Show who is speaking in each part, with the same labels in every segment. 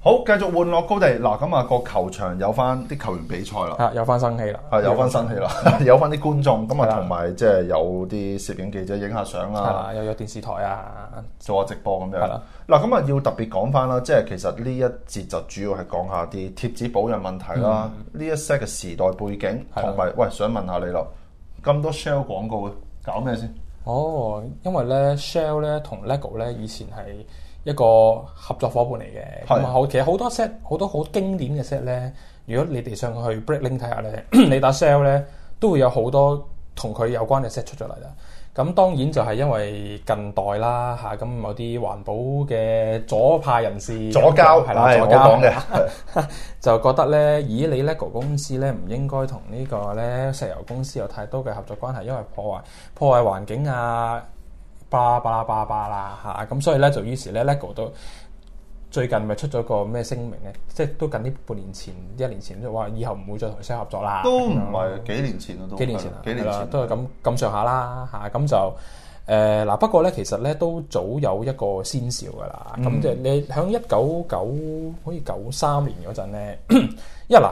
Speaker 1: 好，繼續換落高地嗱，咁啊個球場有翻啲球員比賽啦，
Speaker 2: 啊，有翻生氣啦，
Speaker 1: 係有翻生氣啦， 有翻啲觀眾，咁
Speaker 2: 係
Speaker 1: 啊
Speaker 2: 啦
Speaker 1: 同埋即係有啲攝影記者影下相
Speaker 2: 係
Speaker 1: 啦，
Speaker 2: 啦，又有電視台啊，
Speaker 1: 做下直播咁樣
Speaker 2: 係啦。
Speaker 1: 嗱，咁啊要特別講翻啦，即係其實呢一節就主要係講下啲貼紙保養問題啦，呢一 set 嘅時代背景
Speaker 2: 嗯係啦
Speaker 1: 同埋喂，想問下你啦，咁多 Shell 廣告嘅搞咩先？
Speaker 2: 哦，因為咧 Shell 咧同 LEGO 咧以前係一個合作伙伴嚟嘅，
Speaker 1: 係
Speaker 2: 咁啊好，其實好多 set 好多好經典嘅 set 咧，如果你哋上去 Breaklink 睇 下咧，你打 Shell 咧都會有好多同佢有關嘅 set 出咗嚟啦。咁當然就係因為近代啦嚇，咁、有啲環保嘅左派人士
Speaker 1: 左膠
Speaker 2: 係啦，
Speaker 1: 係
Speaker 2: 左
Speaker 1: 我
Speaker 2: 膠
Speaker 1: 講嘅，
Speaker 2: 就覺得咧，咦，你 LEGO 公司咧唔應該同呢個咧石油公司有太多嘅合作關係，因為破壞破壞環境啊，巴拉巴拉巴拉巴拉嚇，咁、所以咧就於是咧 LEGO 都最近咪出咗個咩聲明咧，即係都近呢半年前一年前就話以後唔會再同 Shell 合作啦，
Speaker 1: 都唔係幾年前啦，都
Speaker 2: 幾年前啦，啊
Speaker 1: 幾年
Speaker 2: 係啦
Speaker 1: 前
Speaker 2: 都係咁咁上下啦嚇，咁就誒嗱。不過咧，其實咧都早有一個先兆噶啦。
Speaker 1: 嗯
Speaker 2: 咁就你喺一九九好似九三年嗰陣咧， 因為嗱，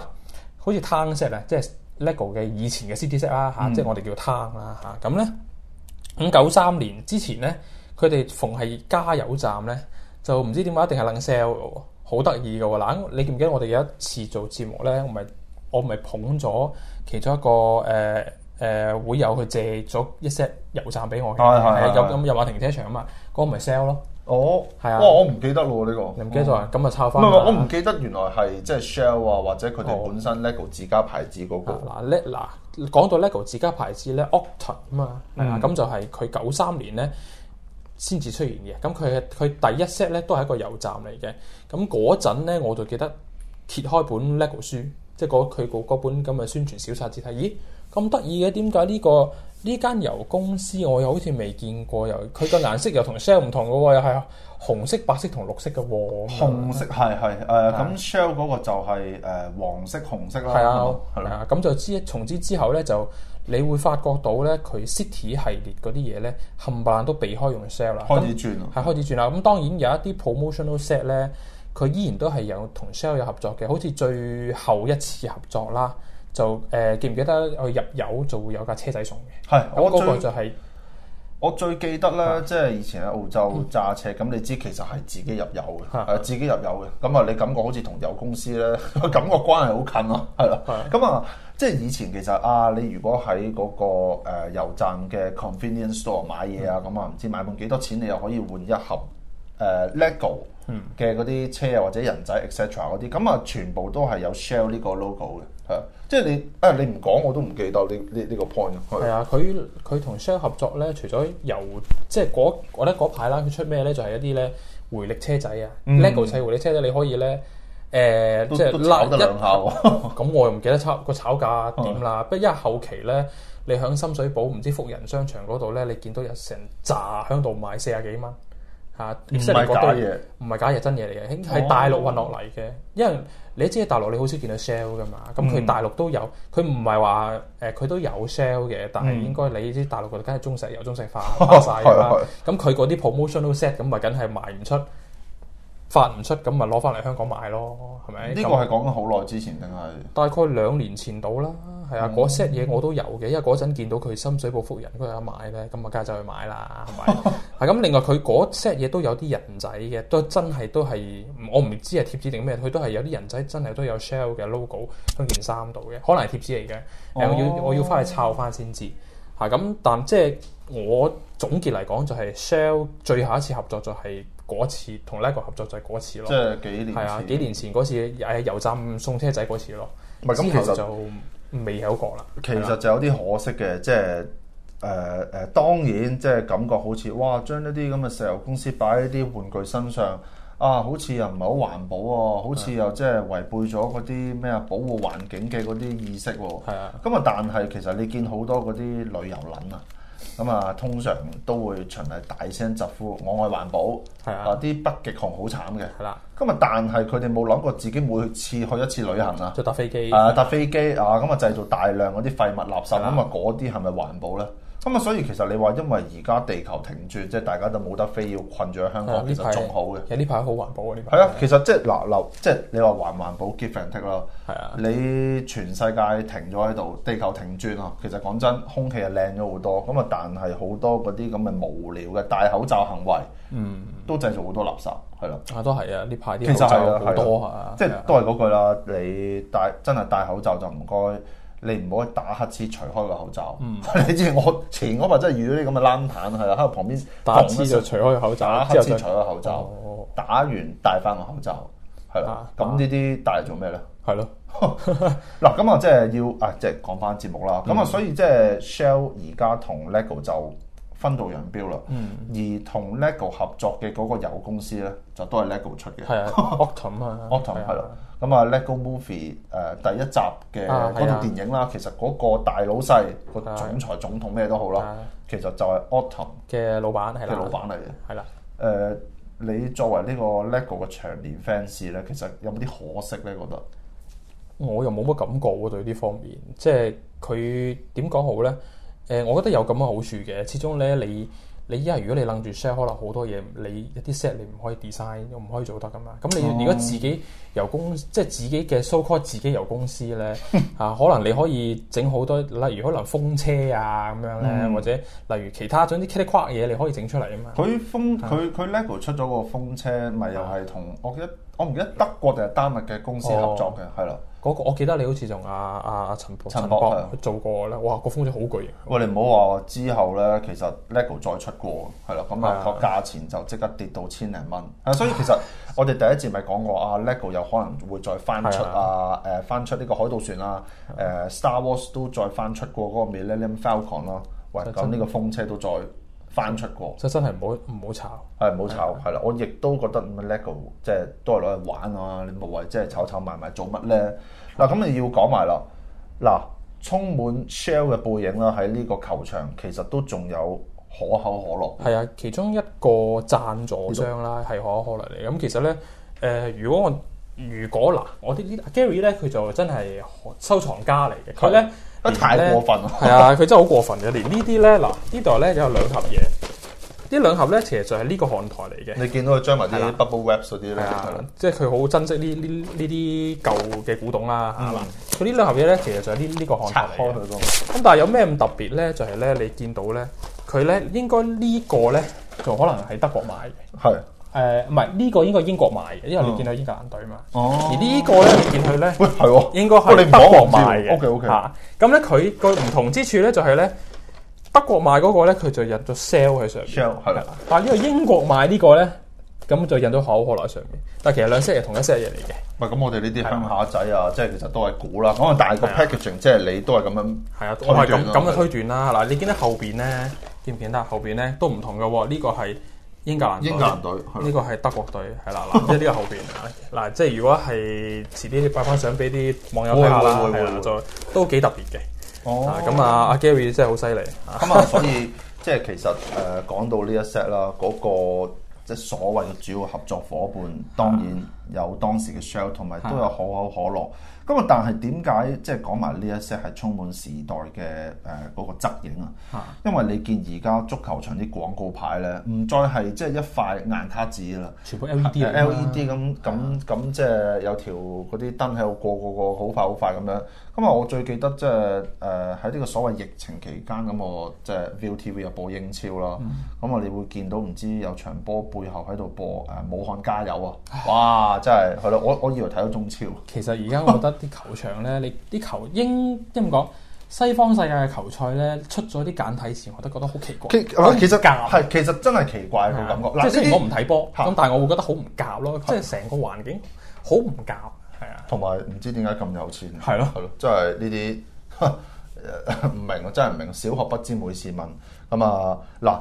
Speaker 2: 好似 Town Set 啊咧，即係 LEGO 嘅以前嘅 City Set 啦
Speaker 1: 嗯
Speaker 2: 嚇，即係我哋叫 Town 啦嚇。咁咧，咁九三年之前咧，佢哋逢係加油站咧，就唔知點解一定係冷 sell 嘅喎。好得意嘅喎，嗱，你記唔記得我哋有一次做節目咧，我咪我咪捧咗其中一個誒誒、呃呃、會友佢借咗一 set 油站俾我嘅，
Speaker 1: 係係
Speaker 2: 係啊
Speaker 1: 係
Speaker 2: 有咁有話停車場啊嘛，嗰、個咪 sell 咯，
Speaker 1: 哦，
Speaker 2: 係啊
Speaker 1: 哇，我唔記得咯喎呢個，
Speaker 2: 你唔記得咗啊？咁咪
Speaker 1: 嗯唔
Speaker 2: 抄
Speaker 1: 係
Speaker 2: 翻。
Speaker 1: 唔係，我唔記得原來係即係 Shell 啊，或者佢
Speaker 2: 哦
Speaker 1: 哋本身 LEGO 自家牌子嗰個。
Speaker 2: 嗱咧嗱，講到 LEGO 自家牌子咧，Octon 啊嘛，係啊，咁就係佢九三年咧先至出現嘅。咁佢佢第一 set 咧都係一個油站嚟嘅。咁嗰陣咧，我就記得揭開本 LEGO 書，即係嗰佢嗰嗰本咁嘅宣傳小冊子睇，咦咁得意嘅，點解呢個呢間油公司我又好似未見過，又佢個顏色又同 Shell 唔同嘅喎，又係紅色、白色同綠色嘅喎。咁樣
Speaker 1: 紅色係係誒，咁 Shell 嗰個就係誒黃色紅色啦，
Speaker 2: 係啊
Speaker 1: 嘛，係
Speaker 2: 係
Speaker 1: 啦，
Speaker 2: 啊，咁就知從之之後咧，就你會發覺到咧，佢 City 系列嗰啲嘢咧，冚唪唥都避開用 sell 啦，
Speaker 1: 開始轉啊啦
Speaker 2: 咁係開始轉啦。咁當然有一啲 promotional set 咧，佢依然都係有同 sell 有合作嘅，好似最後一次合作啦，就誒、呃、記唔記得我入油就會有架車仔送嘅，
Speaker 1: 係
Speaker 2: 咁
Speaker 1: 我
Speaker 2: 嗰個
Speaker 1: 最
Speaker 2: 就係、
Speaker 1: 我最記得咧，即係以前喺澳洲揸車，咁你知其實係自己入油嘅，
Speaker 2: 嗯嚇
Speaker 1: 係自己入油嘅。咁啊，你感覺好似同油公司咧，個 感覺關係好近咯，係啦。咁啊，即係以前其實啊，你如果喺嗰個呃油站嘅 convenience store 買嘢
Speaker 2: 嗯
Speaker 1: 啊，咁啊唔知買滿幾多錢，你又可以換一盒誒 LEGO
Speaker 2: 嗯
Speaker 1: 嘅嗰啲車啊，或者人仔 etc 嗰啲，咁啊全部都係有 Shell 呢個 logo 嘅，係啊即係你啊你唔講我都唔記得呢呢呢個 point 啊係
Speaker 2: 係啊，佢佢同 Shell 合作咧，除咗由即係嗰我覺得嗰排啦，佢出咩咧就係、一啲咧回力車仔啊、l e g o 砌回力車仔，你可以咧誒、呃
Speaker 1: 嗯都
Speaker 2: 即係
Speaker 1: 都炒得
Speaker 2: 一
Speaker 1: 兩下喎。哦
Speaker 2: 咁我又唔記得炒個炒價點啦。不過因為後期咧，你喺深水埗唔知福仁商場嗰度咧，你見到有成扎喺度賣四廿幾蚊嚇，
Speaker 1: 唔係
Speaker 2: 即係你覺得
Speaker 1: 假嘢，
Speaker 2: 唔係假嘢，真嘢嚟嘅，係大陸運落嚟嘅。因為你知大陸你好少見到 sell 噶嘛，咁佢大陸都有，佢唔係話誒佢都有 sell 嘅，但係應該你知大陸嗰度梗係中石油、中 石化花晒㗎啦
Speaker 1: 係。
Speaker 2: 咁佢嗰啲 promotional set 咁咪梗係賣唔出。發唔出咁咪攞翻嚟香港賣咯，係咪？
Speaker 1: 呢個
Speaker 2: 咁
Speaker 1: 係講緊好耐之前定係？
Speaker 2: 大概兩年前到啦，係啊，嗰 set 嘢我都有嘅，因為嗰陣見到佢深水埗福人佢有得買咧，咁啊梗係走去買啦，係咪？係咁，另外佢嗰 set 嘢都有啲人仔嘅，都真係都係我唔知係貼紙定咩，佢都係有啲人仔真係都有 Shell 嘅 logo 喺件衫度嘅，可能係貼紙嚟嘅。誒、我要我要翻去抄翻先知。係咁，但即係我總結嚟講就係 Shell 最後一次合作就係嗰次，同 LEGO 合作就係嗰次咯
Speaker 1: 即。係幾年
Speaker 2: 係啊，
Speaker 1: 前
Speaker 2: 幾年前嗰次誒油站送車仔嗰次咯。
Speaker 1: 唔係咁
Speaker 2: 之後
Speaker 1: 其實
Speaker 2: 就未有過啦。
Speaker 1: 其實就有啲可惜嘅，即係誒誒，當然即係感覺好似哇，將一啲咁嘅石油公司擺喺啲玩具身上。啊，好似又唔係好環保喎、好似又即係違背咗嗰啲咩啊保護環境嘅嗰啲意識喎、
Speaker 2: 係啊
Speaker 1: 咁啊，但係其實你見好多嗰啲旅遊撚啊，咁啊，通常都會循例大聲疾呼我愛環保，
Speaker 2: 係啊
Speaker 1: 啲北極熊好慘嘅。
Speaker 2: 係啦，
Speaker 1: 咁啊，但係佢哋冇諗過自己每次去一次旅行啊。
Speaker 2: 就搭飛機。
Speaker 1: 啊搭飛機啊，咁啊製造大量嗰啲廢物垃圾，咁
Speaker 2: 啦
Speaker 1: 啊嗰啲係咪環保咧？咁啊，所以其實你話因為而家地球停轉，即係大家都冇得飛，要困住喺香
Speaker 2: 係啊
Speaker 1: 港，其實仲好嘅。
Speaker 2: 其實呢排好環保啊！呢排
Speaker 1: 係啊，其實即係嗱嗱，即係你話環唔環保 give and take 啦。
Speaker 2: 係啊
Speaker 1: 你全世界停咗喺度，地球停轉啊！其實講真，空氣係靚咗好多，咁啊，但係好多嗰啲咁嘅無聊嘅戴口罩行為，嗯，都製造好多垃圾，係啦。
Speaker 2: 啊，都係啊！呢排啲
Speaker 1: 其實係
Speaker 2: 口
Speaker 1: 啊
Speaker 2: 罩，好多啊，
Speaker 1: 即
Speaker 2: 係
Speaker 1: 係
Speaker 2: 啊
Speaker 1: 都係嗰句啦。你戴真係戴口罩就唔該，你唔好打乞嗤除開個口罩。
Speaker 2: 嗯
Speaker 1: 你知我前嗰排真係遇到啲咁嘅冷淡係啦，喺我旁邊
Speaker 2: 打
Speaker 1: 嘣
Speaker 2: 乞
Speaker 1: 一
Speaker 2: 嗤就
Speaker 1: 聲
Speaker 2: 除開個口罩，
Speaker 1: 打
Speaker 2: 之後
Speaker 1: 乞
Speaker 2: 就
Speaker 1: 嗤除開口罩
Speaker 2: 哦，
Speaker 1: 打完戴翻個口罩，係啦
Speaker 2: 啊。
Speaker 1: 咁呢啲戴嚟做咩咧？
Speaker 2: 係咯，
Speaker 1: 嗱，咁啊，即係要啊，即係講翻節目
Speaker 2: 嗯
Speaker 1: 啦。咁啊，所以即係 Shell 而家同 LEGO 就分道揚镳啦。
Speaker 2: 嗯
Speaker 1: 而同 LEGO 合作嘅嗰個油公司咧，就都係 LEGO 出嘅。
Speaker 2: 係 啊，Autumn 啊
Speaker 1: Autumn 係
Speaker 2: 係
Speaker 1: 咯
Speaker 2: 啊，
Speaker 1: 咁啊 Lego Movie 誒第一集嘅
Speaker 2: 啊
Speaker 1: 嗰
Speaker 2: 係
Speaker 1: 套
Speaker 2: 啊
Speaker 1: 電影啦，其實嗰個大老細個
Speaker 2: 啊
Speaker 1: 總裁總統咩都好啦
Speaker 2: 啊，
Speaker 1: 其實就係 Autumn
Speaker 2: 嘅老闆係
Speaker 1: 嘅
Speaker 2: 啦，
Speaker 1: 老闆嚟嘅。
Speaker 2: 係啦，
Speaker 1: 誒，你作為呢個 Lego 嘅長年 fans 咧，其實有冇啲可惜咧？覺得
Speaker 2: 我又冇乜感覺喎對呢方面，即係佢點講好咧？誒，我覺得有咁嘅好處嘅，始終咧你。你依家如果你楞住 share，可能好多嘢你一啲 set 你唔可以 design，又唔可以做得噶嘛。咁你如果自己由公，即係自己嘅 so call 自己由公司咧啊，可能你可以整好多，例如可能風車啊咁樣咧，或者例如其他總之 k i t 嘢你可以整出嚟啊嘛。
Speaker 1: 佢風佢佢 Lego 出咗個風車，咪又係同我記得我唔記得德國定係丹麥嘅公司合作
Speaker 2: 哦
Speaker 1: 嘅，係啦。
Speaker 2: 嗰、個我記得你好似同阿阿阿陳博
Speaker 1: 陳
Speaker 2: 陳
Speaker 1: 博
Speaker 2: 博做過啦，哇個風車好巨型，
Speaker 1: 喂，你唔好話之後咧，其實 LEGO 再出過，係啦，咁啊
Speaker 2: 係啊
Speaker 1: 個價錢就即刻跌到千零蚊。啊，所以其實我哋第一節咪講過啊，LEGO 有可能會再翻出啊，誒翻出呢個海盜船啊，誒 Star Wars 都再翻出過嗰個 Millennium Falcon 啦。喂，咁呢個風車都再翻出過，
Speaker 2: 就真係唔好唔好炒。
Speaker 1: 係唔好炒，係啦。我亦都覺得咁嘅 LEGO 即係都係攞嚟玩啊，你無謂即係炒炒埋埋做乜咧？嗱，咁你要講埋啦，嗱，充滿 shell 嘅背影啦，喺呢個球場其實都仲有可口可樂。
Speaker 2: 係啊，其中一個贊助商
Speaker 1: 嗯
Speaker 2: 啦係可口可樂嚟嘅，咁其實咧誒、如果我如果嗱，我啲呢 Gary 咧佢就真係收藏家嚟嘅，佢咧
Speaker 1: 啊太過分啦
Speaker 2: 係啊，佢真係好過分嘅，連呢啲咧嗱呢度咧有兩盒嘢，呢兩盒咧其實就係呢個看台嚟嘅。
Speaker 1: 你見到佢將埋啲 bubble wraps 嗰啲咧，
Speaker 2: 係
Speaker 1: 嗯係啦
Speaker 2: 啊，即係佢好珍惜呢呢呢啲舊嘅古董啦，係嘛？佢呢兩盒嘢咧，其實就係呢呢個看
Speaker 1: 嗯拆
Speaker 2: 台
Speaker 1: 開佢
Speaker 2: 嚟嘅。
Speaker 1: 個
Speaker 2: 咁但係有咩咁特別咧？就係、咧，你見到咧，佢咧應該呢個咧就可能喺德國買嘅。
Speaker 1: 係
Speaker 2: 誒唔係呢個應該英國買嘅，因為你見到英格蘭隊嘛。
Speaker 1: 哦
Speaker 2: 而呢個咧，你見佢咧
Speaker 1: 喂係喎，
Speaker 2: 應該
Speaker 1: 喂你
Speaker 2: 係
Speaker 1: 唔
Speaker 2: 德
Speaker 1: 講我
Speaker 2: 國
Speaker 1: 唔知
Speaker 2: 買
Speaker 1: 喎
Speaker 2: 嘅。
Speaker 1: OK OK，
Speaker 2: 嚇咁咧佢個唔同之處咧就係咧。德國買嗰個咧，佢就印咗 sell 喺上面。
Speaker 1: Shell，係啦
Speaker 2: 但係呢個英國買呢個咧，咁就印咗可口可樂喺上面。但係其實兩 set 係同一 set 嘢嚟嘅。
Speaker 1: 喂咁我哋呢啲鄉下仔啊，即係其實都係啊估啦，可能大個 packaging 即係你都係咁樣
Speaker 2: 係啊，
Speaker 1: 推
Speaker 2: 我係
Speaker 1: 斷
Speaker 2: 咁
Speaker 1: 啦
Speaker 2: 咁嘅推斷啦。嗱，你見到後邊咧，見唔見得後邊咧都唔同嘅喎？呢、個係英格蘭隊
Speaker 1: 英格蘭隊係啦
Speaker 2: 呢個係德國隊，係啦嗱，即係呢個後邊 嗱，即係如果係遲啲你擺翻相俾啲網友睇下啦，
Speaker 1: 會會會
Speaker 2: 係
Speaker 1: 會
Speaker 2: 啦，就都幾特別嘅。
Speaker 1: 哦
Speaker 2: 啊咁啊，阿 Gary 真係好犀利啊！
Speaker 1: 咁啊，所以即係其實誒、呃、講到呢一 set 啦，嗰、個即係所謂嘅主要合作伙伴，當然有當時嘅 Shell，同埋都有可口可樂。咁啊，但係點解即係講埋呢一 set 係充滿時代嘅誒呃嗰個側影啊？因為你見而家足球場啲廣告牌咧，唔再係即係一塊硬卡紙啦。
Speaker 2: 全部 LED 嚟㗎嘛
Speaker 1: LED E 咁咁咁即係有條嗰啲燈喺度過過過，好快好快咁樣。咁啊，我最記得即係誒喺呢個所謂疫情期間咁，我即係 ViuTV 又播英超啦。
Speaker 2: 嗯
Speaker 1: 咁我哋會見到唔知有場波背後喺度播誒武漢加油啊！哇，真係係咯，我我以為睇到中超。
Speaker 2: 其實而家我覺得啲球場咧，你啲球英點講？西方世界嘅球賽咧，出咗啲簡體字，我都覺得好奇怪。
Speaker 1: 其
Speaker 2: 好唔
Speaker 1: 其實
Speaker 2: 夾
Speaker 1: 係其實真係奇怪個感覺。
Speaker 2: 啊即係
Speaker 1: 呢
Speaker 2: 雖然
Speaker 1: 啲
Speaker 2: 我唔睇波，
Speaker 1: 嚇
Speaker 2: 咁但係我會覺得好唔夾咯，即係成個環境好唔夾，係啊，
Speaker 1: 同埋唔知點解咁有錢，
Speaker 2: 係咯
Speaker 1: 係咯，真係呢啲 唔明，我真係唔明，小學不知每是問。咁啊，嗱，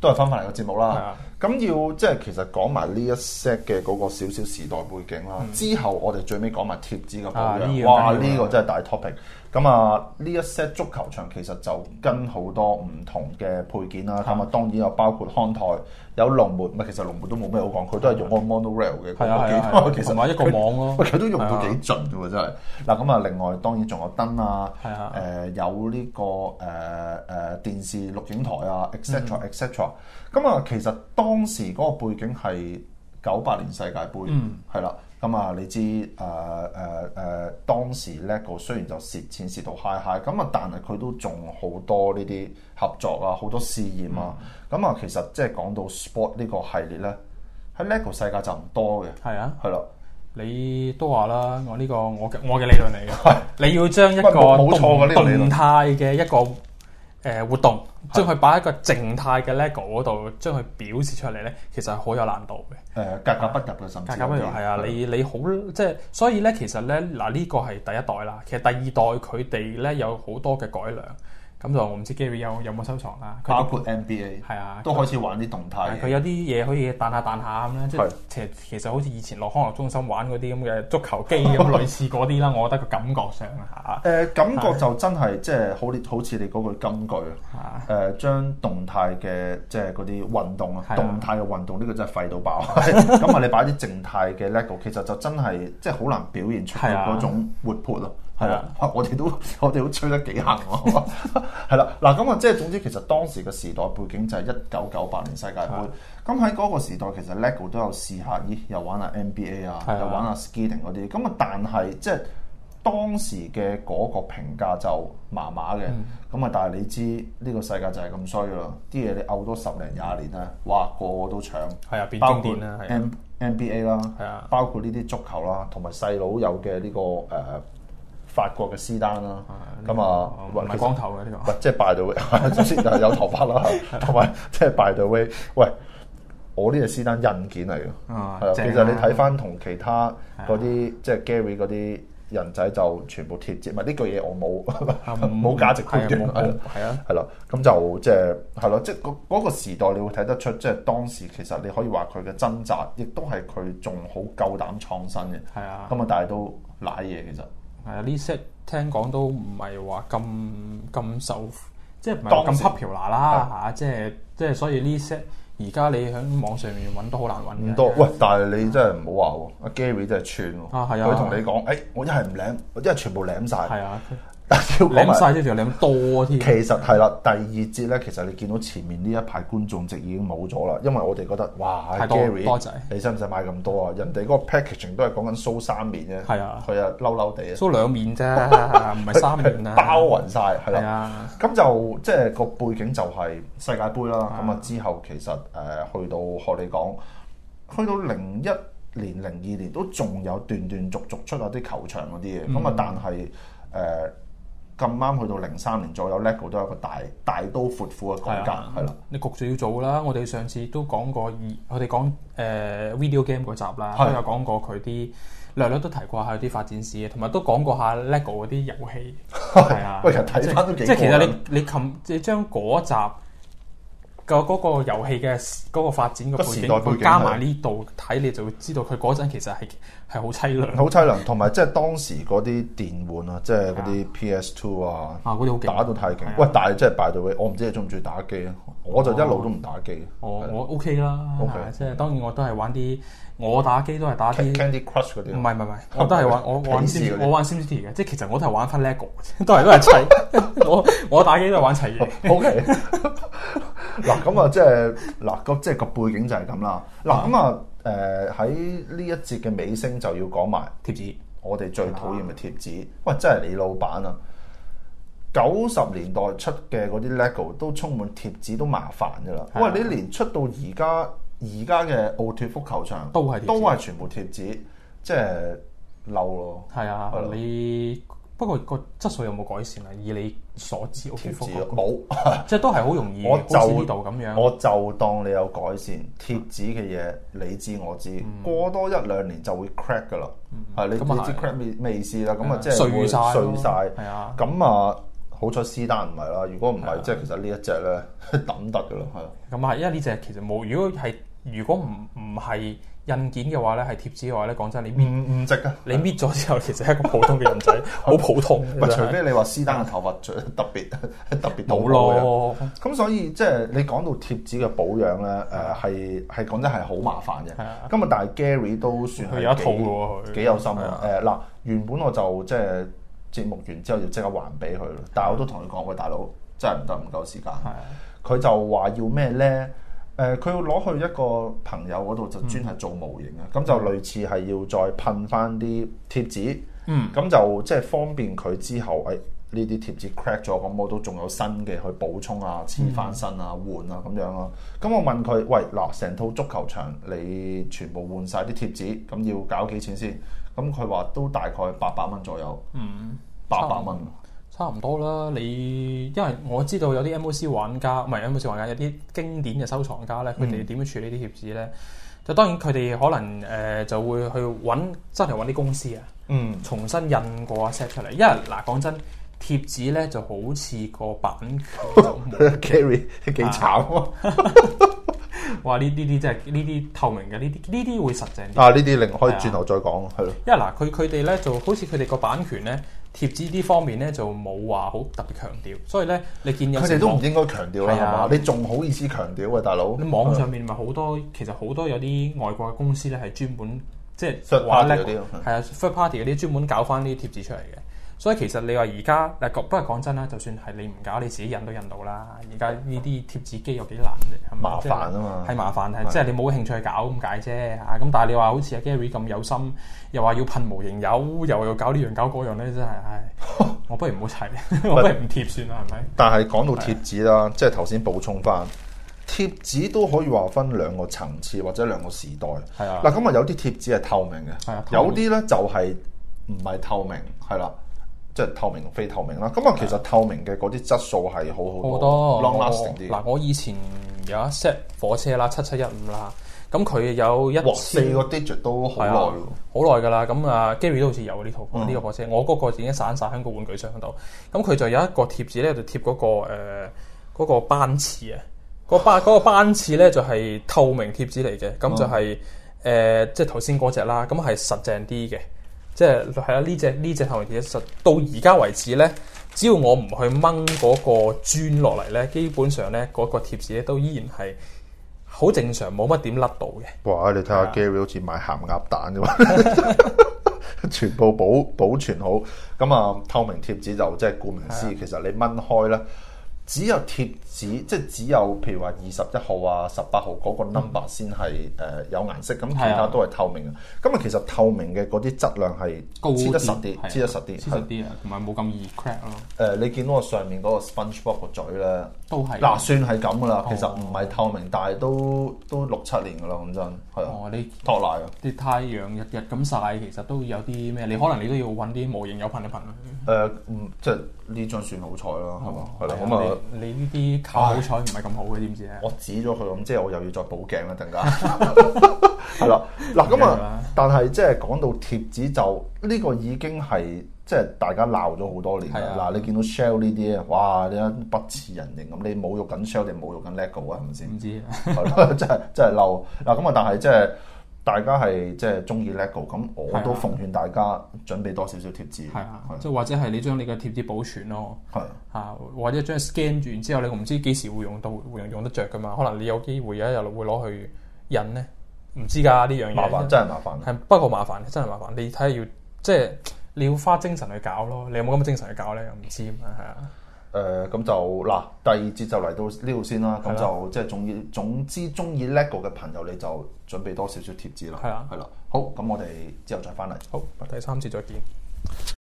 Speaker 1: 都係翻返嚟個節目
Speaker 2: 係
Speaker 1: 啦
Speaker 2: 啊。
Speaker 1: 咁要即係其實講埋呢一 set 嘅嗰個少少時代背景啦。之後我哋最尾講埋貼紙嘅保
Speaker 2: 嗯啊呢
Speaker 1: 養，
Speaker 2: 樣
Speaker 1: 哇！
Speaker 2: 緊要啊
Speaker 1: 呢個真係大 topic。咁啊，呢一 set 足球場其實就跟好多唔同嘅配件啦。咁啊，當然有包括看台，有龍門，唔係其實龍門都冇咩好講，佢都係用嗰個 monorail 嘅嗰個
Speaker 2: 係啊係啊
Speaker 1: 機
Speaker 2: 係啊
Speaker 1: 其實
Speaker 2: 同埋一
Speaker 1: 佢
Speaker 2: 個網咯
Speaker 1: 喂佢都用到
Speaker 2: 係
Speaker 1: 幾
Speaker 2: 啊
Speaker 1: 盡嘅喎，真係。嗱咁啊，另外當然仲有燈啊，
Speaker 2: 係啊
Speaker 1: 誒有呢個誒誒電視錄影台啊，etc
Speaker 2: 嗯
Speaker 1: etc。咁啊，其實當時嗰個背景係九八年世界盃，
Speaker 2: 嗯
Speaker 1: 係啦。咁啊，你知誒誒誒當時叻個雖然就蝕錢蝕到嗨嗨，咁啊，但係佢都仲好多呢啲合作啊，好多試驗啊。
Speaker 2: 嗯
Speaker 1: 咁啊，其實即係講到 sport 呢個系列咧，喺叻個世界就唔多嘅，
Speaker 2: 係啊，
Speaker 1: 係啦。
Speaker 2: 你都話啦，我呢個我嘅我嘅理論嚟 嘅，你要將一個
Speaker 1: 喂冇冇錯
Speaker 2: 動
Speaker 1: 㗎呢個理論
Speaker 2: 動態嘅一個誒活動，將佢擺喺一個靜態嘅 lego 嗰度，將佢表示出嚟咧，其實係好有難度嘅。
Speaker 1: 誒呃格格不入嘅，甚至
Speaker 2: 大家不如
Speaker 1: 有啲
Speaker 2: 係啊，你你好即係，所以咧其實咧嗱呢個係第一代啦，其實第二代佢哋咧有好多嘅改良，咁就我唔知 Gary 有有冇收藏啦，佢
Speaker 1: 包
Speaker 2: 哋
Speaker 1: 括 NBA
Speaker 2: 係啊，
Speaker 1: 都開始玩啲動態
Speaker 2: 係佢
Speaker 1: 嘅，
Speaker 2: 有啲嘢可以彈下彈下咁咧，即
Speaker 1: 係
Speaker 2: 係其實其實好似以前落康樂中心玩嗰啲咁嘅足球機咁類似嗰啲啦，我覺得個感覺上啊嚇
Speaker 1: 誒呃感覺就真係即係好似好似你嗰句金句啊！
Speaker 2: 嚇
Speaker 1: 誒將動態嘅即係嗰啲運動啊
Speaker 2: 係，啊
Speaker 1: 動態嘅運動呢個真係廢到 爆。咁啊，你擺啲靜態嘅 lego，其實就真係即係好難表現出佢
Speaker 2: 係啊
Speaker 1: 嗰種活潑咯。係
Speaker 2: 係啊
Speaker 1: 啦，哇 我哋都我哋都吹得幾行喎。 係啦，嗱咁啊，即係總之其實當時嘅時代背景就係一九九八年世界盃。咁喺嗰個時代，其實 lego 都有試下，咦，又玩下 NBA 啊，
Speaker 2: 係啊
Speaker 1: 又玩下 skiing 嗰啲。咁啊，但係即係。當時嘅嗰個評價就麻麻嘅，
Speaker 2: 嗯
Speaker 1: 咁啊、但係你知呢個世界就係咁衰啦，啲嘢你漚多十零廿年咧，哇個個都搶，
Speaker 2: 係啊變
Speaker 1: 包括
Speaker 2: 經典啦，係啊
Speaker 1: M NBA
Speaker 2: 係啊
Speaker 1: 啦，包括呢啲足球啦，同埋細佬有嘅呢個誒法國嘅斯丹啦，咁啊
Speaker 2: 哦
Speaker 1: 喂
Speaker 2: 唔
Speaker 1: 其
Speaker 2: 係
Speaker 1: 實
Speaker 2: 光頭嘅呢
Speaker 1: 喂，即係 by the way，首 先就係有頭髮啦，同埋即係 by the way，喂，我呢隻私單印件嚟嘅，係
Speaker 2: 啊
Speaker 1: 啊，其
Speaker 2: 正
Speaker 1: 實你
Speaker 2: 啊
Speaker 1: 睇翻同其他嗰啲即係 Gary 嗰啲人仔就全部貼接，咪呢句嘢我
Speaker 2: 個
Speaker 1: 冇
Speaker 2: 嗯
Speaker 1: 冇價值觀嘅
Speaker 2: 係，啊冇冇係啊。
Speaker 1: 係啦，咁就即係係咯，即係嗰嗰個時代，你會睇得出，即係當時其實你可以話佢嘅掙扎，亦都係佢仲好夠膽創新嘅。
Speaker 2: 係啊
Speaker 1: 咁啊，但係都賴嘢其實。
Speaker 2: 係啊，呢 set 聽講都唔係話咁咁受，即係唔係
Speaker 1: 當
Speaker 2: 話咁
Speaker 1: 時
Speaker 2: popular 啦嚇，即係即係所以呢 set 而家你喺網上面揾都好難揾
Speaker 1: 唔
Speaker 2: 嘅
Speaker 1: 多，喂！但係你真係唔好話喎，阿 Gary 真係串喎。
Speaker 2: 啊啊係啊
Speaker 1: 佢同你講，誒、哎我一係唔舐，我一係全部舐晒。
Speaker 2: 係啊，
Speaker 1: 但係要
Speaker 2: 舐
Speaker 1: 講埋，
Speaker 2: 晒啲仲舐多添，
Speaker 1: 啊其實係啦，第二節咧，其實你見到前面呢一排觀眾席已經冇咗啦，因為我哋覺得，哇
Speaker 2: 太多
Speaker 1: ，Gary，
Speaker 2: 多仔
Speaker 1: 你使唔使買咁多啊？人哋嗰個 packaging 都係講緊蘇三面啫，
Speaker 2: 係啊
Speaker 1: 佢啊嬲嬲地啊，
Speaker 2: 都兩面啫，唔係三面啊，
Speaker 1: 包勻晒，係
Speaker 2: 係
Speaker 1: 啦。
Speaker 2: 啊。
Speaker 1: 咁就即係個背景就係世界盃啦。咁啊之後其實誒、呃去到學你講，去到零一年、零二年都仲有斷斷續續出下啲球場嗰
Speaker 2: 嗯
Speaker 1: 啲嘢。咁啊、呃但係誒咁啱去到零三年左右，LEGO 都有一個大大刀闊斧嘅改革，係啦、
Speaker 2: 你焗住要做啦。我哋上次都講過二，我哋講誒 video game 嗰集啦，
Speaker 1: 係
Speaker 2: 都有講過佢啲略略都提過下佢啲發展史嘅，同埋都講過下 LEGO 嗰啲遊戲。係啊，
Speaker 1: 喂其實睇返都幾啊
Speaker 2: 即係其
Speaker 1: 過
Speaker 2: 實
Speaker 1: 癮
Speaker 2: 你你琴你將嗰集個嗰個遊戲嘅嗰個發展嘅
Speaker 1: 個
Speaker 2: 背
Speaker 1: 時
Speaker 2: 景，
Speaker 1: 代背景
Speaker 2: 佢加埋呢度睇，你就會知道佢嗰陣其實係係好凄涼。
Speaker 1: 好凄涼，同埋即係當時嗰啲電玩啊，即係嗰啲 PS Two 啊，
Speaker 2: 啊嗰啲好勁
Speaker 1: 打到太勁
Speaker 2: 係啊。
Speaker 1: 喂，但係真係 by the way，我唔知你中唔中意打機啊？我就一路都唔打機。
Speaker 2: 我我 OK 啦
Speaker 1: OK
Speaker 2: 係啊即係當然我都係玩啲，我打機都係打啲
Speaker 1: Candy Crush 嗰啲啊。
Speaker 2: 唔係唔係唔係，我都係 玩我玩
Speaker 1: 鄙視
Speaker 2: Sim，
Speaker 1: 嗰啲
Speaker 2: 我玩 SimCity 嘅，即係其實我都係玩翻 LEGO，都係都係砌， 我我打機都係玩砌嘢。
Speaker 1: O K，嗱咁啊，即係嗱個即係個背景就係咁啦。嗱咁啊，誒喺呢一節嘅尾聲就要講埋
Speaker 2: 貼紙
Speaker 1: 我哋最討厭嘅貼紙。喂，真係你老闆啊！九十年代出嘅嗰啲 LEGO 都充滿貼紙，都麻煩噶啦。
Speaker 2: 係啊
Speaker 1: 喂，你連出到而家而家嘅奧脱福球場
Speaker 2: 都係貼紙
Speaker 1: 都係全部貼紙，即係嬲咯。
Speaker 2: 係啊
Speaker 1: 係咯，
Speaker 2: 你不過個質素有冇改善啊？以你所知，我
Speaker 1: 貼
Speaker 2: 見覆
Speaker 1: 紙啊
Speaker 2: 過
Speaker 1: 冇，
Speaker 2: 即係都係好容易，
Speaker 1: 我
Speaker 2: 好似呢
Speaker 1: 就
Speaker 2: 度咁樣。
Speaker 1: 我就當你有改善，貼紙嘅嘢你知我知，過多一兩年就會 crack 噶啦，係你
Speaker 2: 嗯咁啊
Speaker 1: 你知
Speaker 2: 係
Speaker 1: crack 咩咩意思啦？咁啊
Speaker 2: 係
Speaker 1: 即係會
Speaker 2: 碎晒咯
Speaker 1: 碎晒，
Speaker 2: 係啊
Speaker 1: 咁啊好彩斯丹唔係啦，如果唔係即係其實呢 一隻咧抌得噶啦，係啊
Speaker 2: 咁啊，因為呢只其實冇，如果係如果唔唔係印件嘅話咧，係貼紙嘅話咧，講真，你搣
Speaker 1: 唔唔值噶。
Speaker 2: 你搣咗之後，其實係一個普通嘅 人仔，好普通。
Speaker 1: 唔係
Speaker 2: 真係
Speaker 1: 除非你話斯丹嘅頭髮最 特別特別
Speaker 2: 冇
Speaker 1: 到位啊
Speaker 2: 咯，
Speaker 1: 咁所以即係你講到貼紙嘅保養咧，誒係係講真係好麻煩嘅
Speaker 2: 係啊。
Speaker 1: 咁啊，但係 Gary 都算
Speaker 2: 佢
Speaker 1: 係
Speaker 2: 有一套
Speaker 1: 幾
Speaker 2: 嘅喎佢
Speaker 1: 幾有心
Speaker 2: 係
Speaker 1: 啊
Speaker 2: 啊。
Speaker 1: 誒嗱，原本我就即係節目完之後要即刻還俾佢咯，但係我都同佢講喂，大佬真係唔得，唔夠時間。
Speaker 2: 係啊
Speaker 1: 佢就話要咩咧？誒，佢要攞去一個朋友嗰度就專係做模型啊，咁就類似係要再噴翻啲貼紙。
Speaker 2: 嗯，
Speaker 1: 咁就即係方便佢之後，誒呢啲貼紙 crack 咗，咁我都仲有新嘅去補充啊、黐翻身啊、換啊咁樣咯。咁我問佢：喂，嗱，成套足球場你全部換晒啲貼紙，咁要搞幾錢先？咁佢話都大概八百蚊左右。嗯，八百蚊。
Speaker 2: 差唔多啦。你因為我知道有啲 MOC 玩家，唔係 MOC 玩家，有啲經典嘅收藏家
Speaker 1: 嗯
Speaker 2: 咧，佢哋點樣處理啲貼紙咧？就當然佢哋可能誒、呃就會去揾真係揾啲公司啊，
Speaker 1: 嗯，
Speaker 2: 重新印過一 set 出嚟。因為嗱講真，貼紙咧就好似個版權 就冇
Speaker 1: Gary 幾慘啊！
Speaker 2: 哇！呢呢啲真係呢啲透明嘅，呢啲呢啲會實淨啲。
Speaker 1: 啊，呢啲另可以轉頭再講，係咯。
Speaker 2: 因為嗱，佢佢哋咧就好似佢哋個版權咧貼紙呢方面咧就冇話好特別強調，所以咧你見有
Speaker 1: 佢
Speaker 2: 時
Speaker 1: 哋都唔
Speaker 2: 網
Speaker 1: 應該強調啦，係
Speaker 2: 係啊
Speaker 1: 嘛？你仲好意思強調啊，大佬？
Speaker 2: 你網上面咪好多其實好多有啲外國嘅公司咧係專門即係
Speaker 1: Third
Speaker 2: 話
Speaker 1: party
Speaker 2: 咧
Speaker 1: 嗰啲嗯咯
Speaker 2: 係啊 third party 嗰啲專門搞翻呢啲貼紙出嚟嘅。所以其實你話而家嗱，不過講真啦，就算係你唔搞，你自己印都印到啦。而家呢啲貼紙機有幾難啫，係咪
Speaker 1: 麻煩啊嘛
Speaker 2: 係麻煩，
Speaker 1: 係
Speaker 2: 係即係你冇興趣搞咁解啫嚇。咁但係你話好似阿 Gary 咁有心，又話要噴模型油，又話要搞呢樣搞嗰樣咧，真係 唉，我不如唔好砌，我不如唔貼算啦，係咪？
Speaker 1: 但係講到貼紙啦，即係頭先補充翻，貼紙都可以話分兩個層次或者兩個時代。
Speaker 2: 係啊
Speaker 1: 嗱，咁啊有啲貼紙係透明
Speaker 2: 係啊
Speaker 1: 嘅，
Speaker 2: 透
Speaker 1: 有
Speaker 2: 明
Speaker 1: 啲咧就係唔係透明，係啦。即係透明同非透明啦，咁啊其實透明嘅嗰啲質素係好好多
Speaker 2: 好多
Speaker 1: long
Speaker 2: 我
Speaker 1: lasting
Speaker 2: 嗱
Speaker 1: 啲，，
Speaker 2: 我以前有一 set 火車啦，七七一五啦，咁佢有一
Speaker 1: 哇
Speaker 2: 千
Speaker 1: 四個 digit 都好
Speaker 2: 係
Speaker 1: 耐
Speaker 2: 啊
Speaker 1: 喎，，
Speaker 2: 好耐㗎啦。咁啊，Gary 都好似有呢套呢個火車，我嗰個已經散晒喺個玩具箱度。咁佢就有一個貼紙咧，就貼嗰個誒嗰個班次啊，個班嗰個班次咧就係透明貼紙嚟嘅，咁就係誒即係頭先嗰只啦，咁係實淨啲嘅。即係係啊啦，呢只呢只透明貼紙實到而家為止咧，只要我唔去掹嗰個磚落嚟咧，基本上咧嗰、個貼紙咧都依然係好正常，冇乜點甩到嘅。
Speaker 1: 哇！你睇
Speaker 2: 啊
Speaker 1: 下 Gary 好似買鹹鴨蛋咁嘛， 全部保保存好。咁啊，透明貼紙就即係顧名思
Speaker 2: 啊
Speaker 1: 義，其實你掹開咧，只有貼紙，即係只有譬如話二十一號啊、十八號嗰個 number 先係誒有顏色，咁其
Speaker 2: 嗯係
Speaker 1: 他
Speaker 2: 啊
Speaker 1: 都係透明嘅。咁啊，其實透明嘅嗰啲質量係
Speaker 2: 高啊
Speaker 1: 黐得實啲，黐得實啲。係
Speaker 2: 黐實啲啊，同埋冇咁易 crack 咯，
Speaker 1: 誒，你見到我上面嗰個 SpongeBob 個嘴咧，
Speaker 2: 都係哦
Speaker 1: 嗱，算係咁噶啦。其實唔係透明，但係都都六七年噶啦，講真係啊，
Speaker 2: 哦，你
Speaker 1: 托賴啊！
Speaker 2: 啲太陽日日咁曬，其實都有啲咩？你可能你都要揾啲模型有噴一啊噴佢
Speaker 1: 誒，嗯，即係呢張算好彩
Speaker 2: 哦
Speaker 1: 啦，係嘛？係啦，咁啊，，
Speaker 2: 你你呢啲靠好彩唔係咁好嘅，知唔知啊咧？
Speaker 1: 我指咗佢，咁即係我又要再補鏡啦， 陣間係啦。嗱，咁
Speaker 2: 係
Speaker 1: 啊
Speaker 2: 啦，
Speaker 1: 但係即係講到貼紙就呢個已經係即係大家鬧咗好多年
Speaker 2: 係
Speaker 1: 啦。
Speaker 2: 啊
Speaker 1: 嗱，你見到 Shell 呢啲啊，哇，你一不似人形咁，你侮辱緊 Shell 定侮辱緊 LEGO 啊？係咪先？
Speaker 2: 唔知啊
Speaker 1: 係咯， 真係真係嬲。嗱咁啊，但係即係大家係即係中意 LEGO，咁我都
Speaker 2: 係啊
Speaker 1: 奉勸大家準備多少少貼紙。
Speaker 2: 係啊，
Speaker 1: 係
Speaker 2: 即係或者係你將你嘅貼紙保存咯。
Speaker 1: 係。
Speaker 2: 啊，或者將 scan 完之後，你唔知幾時會用到，會用用得着噶嘛？可能你有機會有一日會攞去印咧，唔知㗎呢樣嘢。
Speaker 1: 麻煩真係麻煩。
Speaker 2: 係不過麻煩，真係麻煩。你睇下要即係你要花精神去搞咯，你有冇咁嘅精神去搞咧？又唔知咁啊，係啊，
Speaker 1: 誒呃咁、就嗱，第二節就嚟到呢度先啦。咁
Speaker 2: 係啦啊
Speaker 1: 就即係總之總之中意 LEGO 嘅朋友，你就準備多少少貼紙啦。
Speaker 2: 係啊
Speaker 1: 係啦。好，咁我哋之後再翻嚟。
Speaker 2: 好，第三次再見。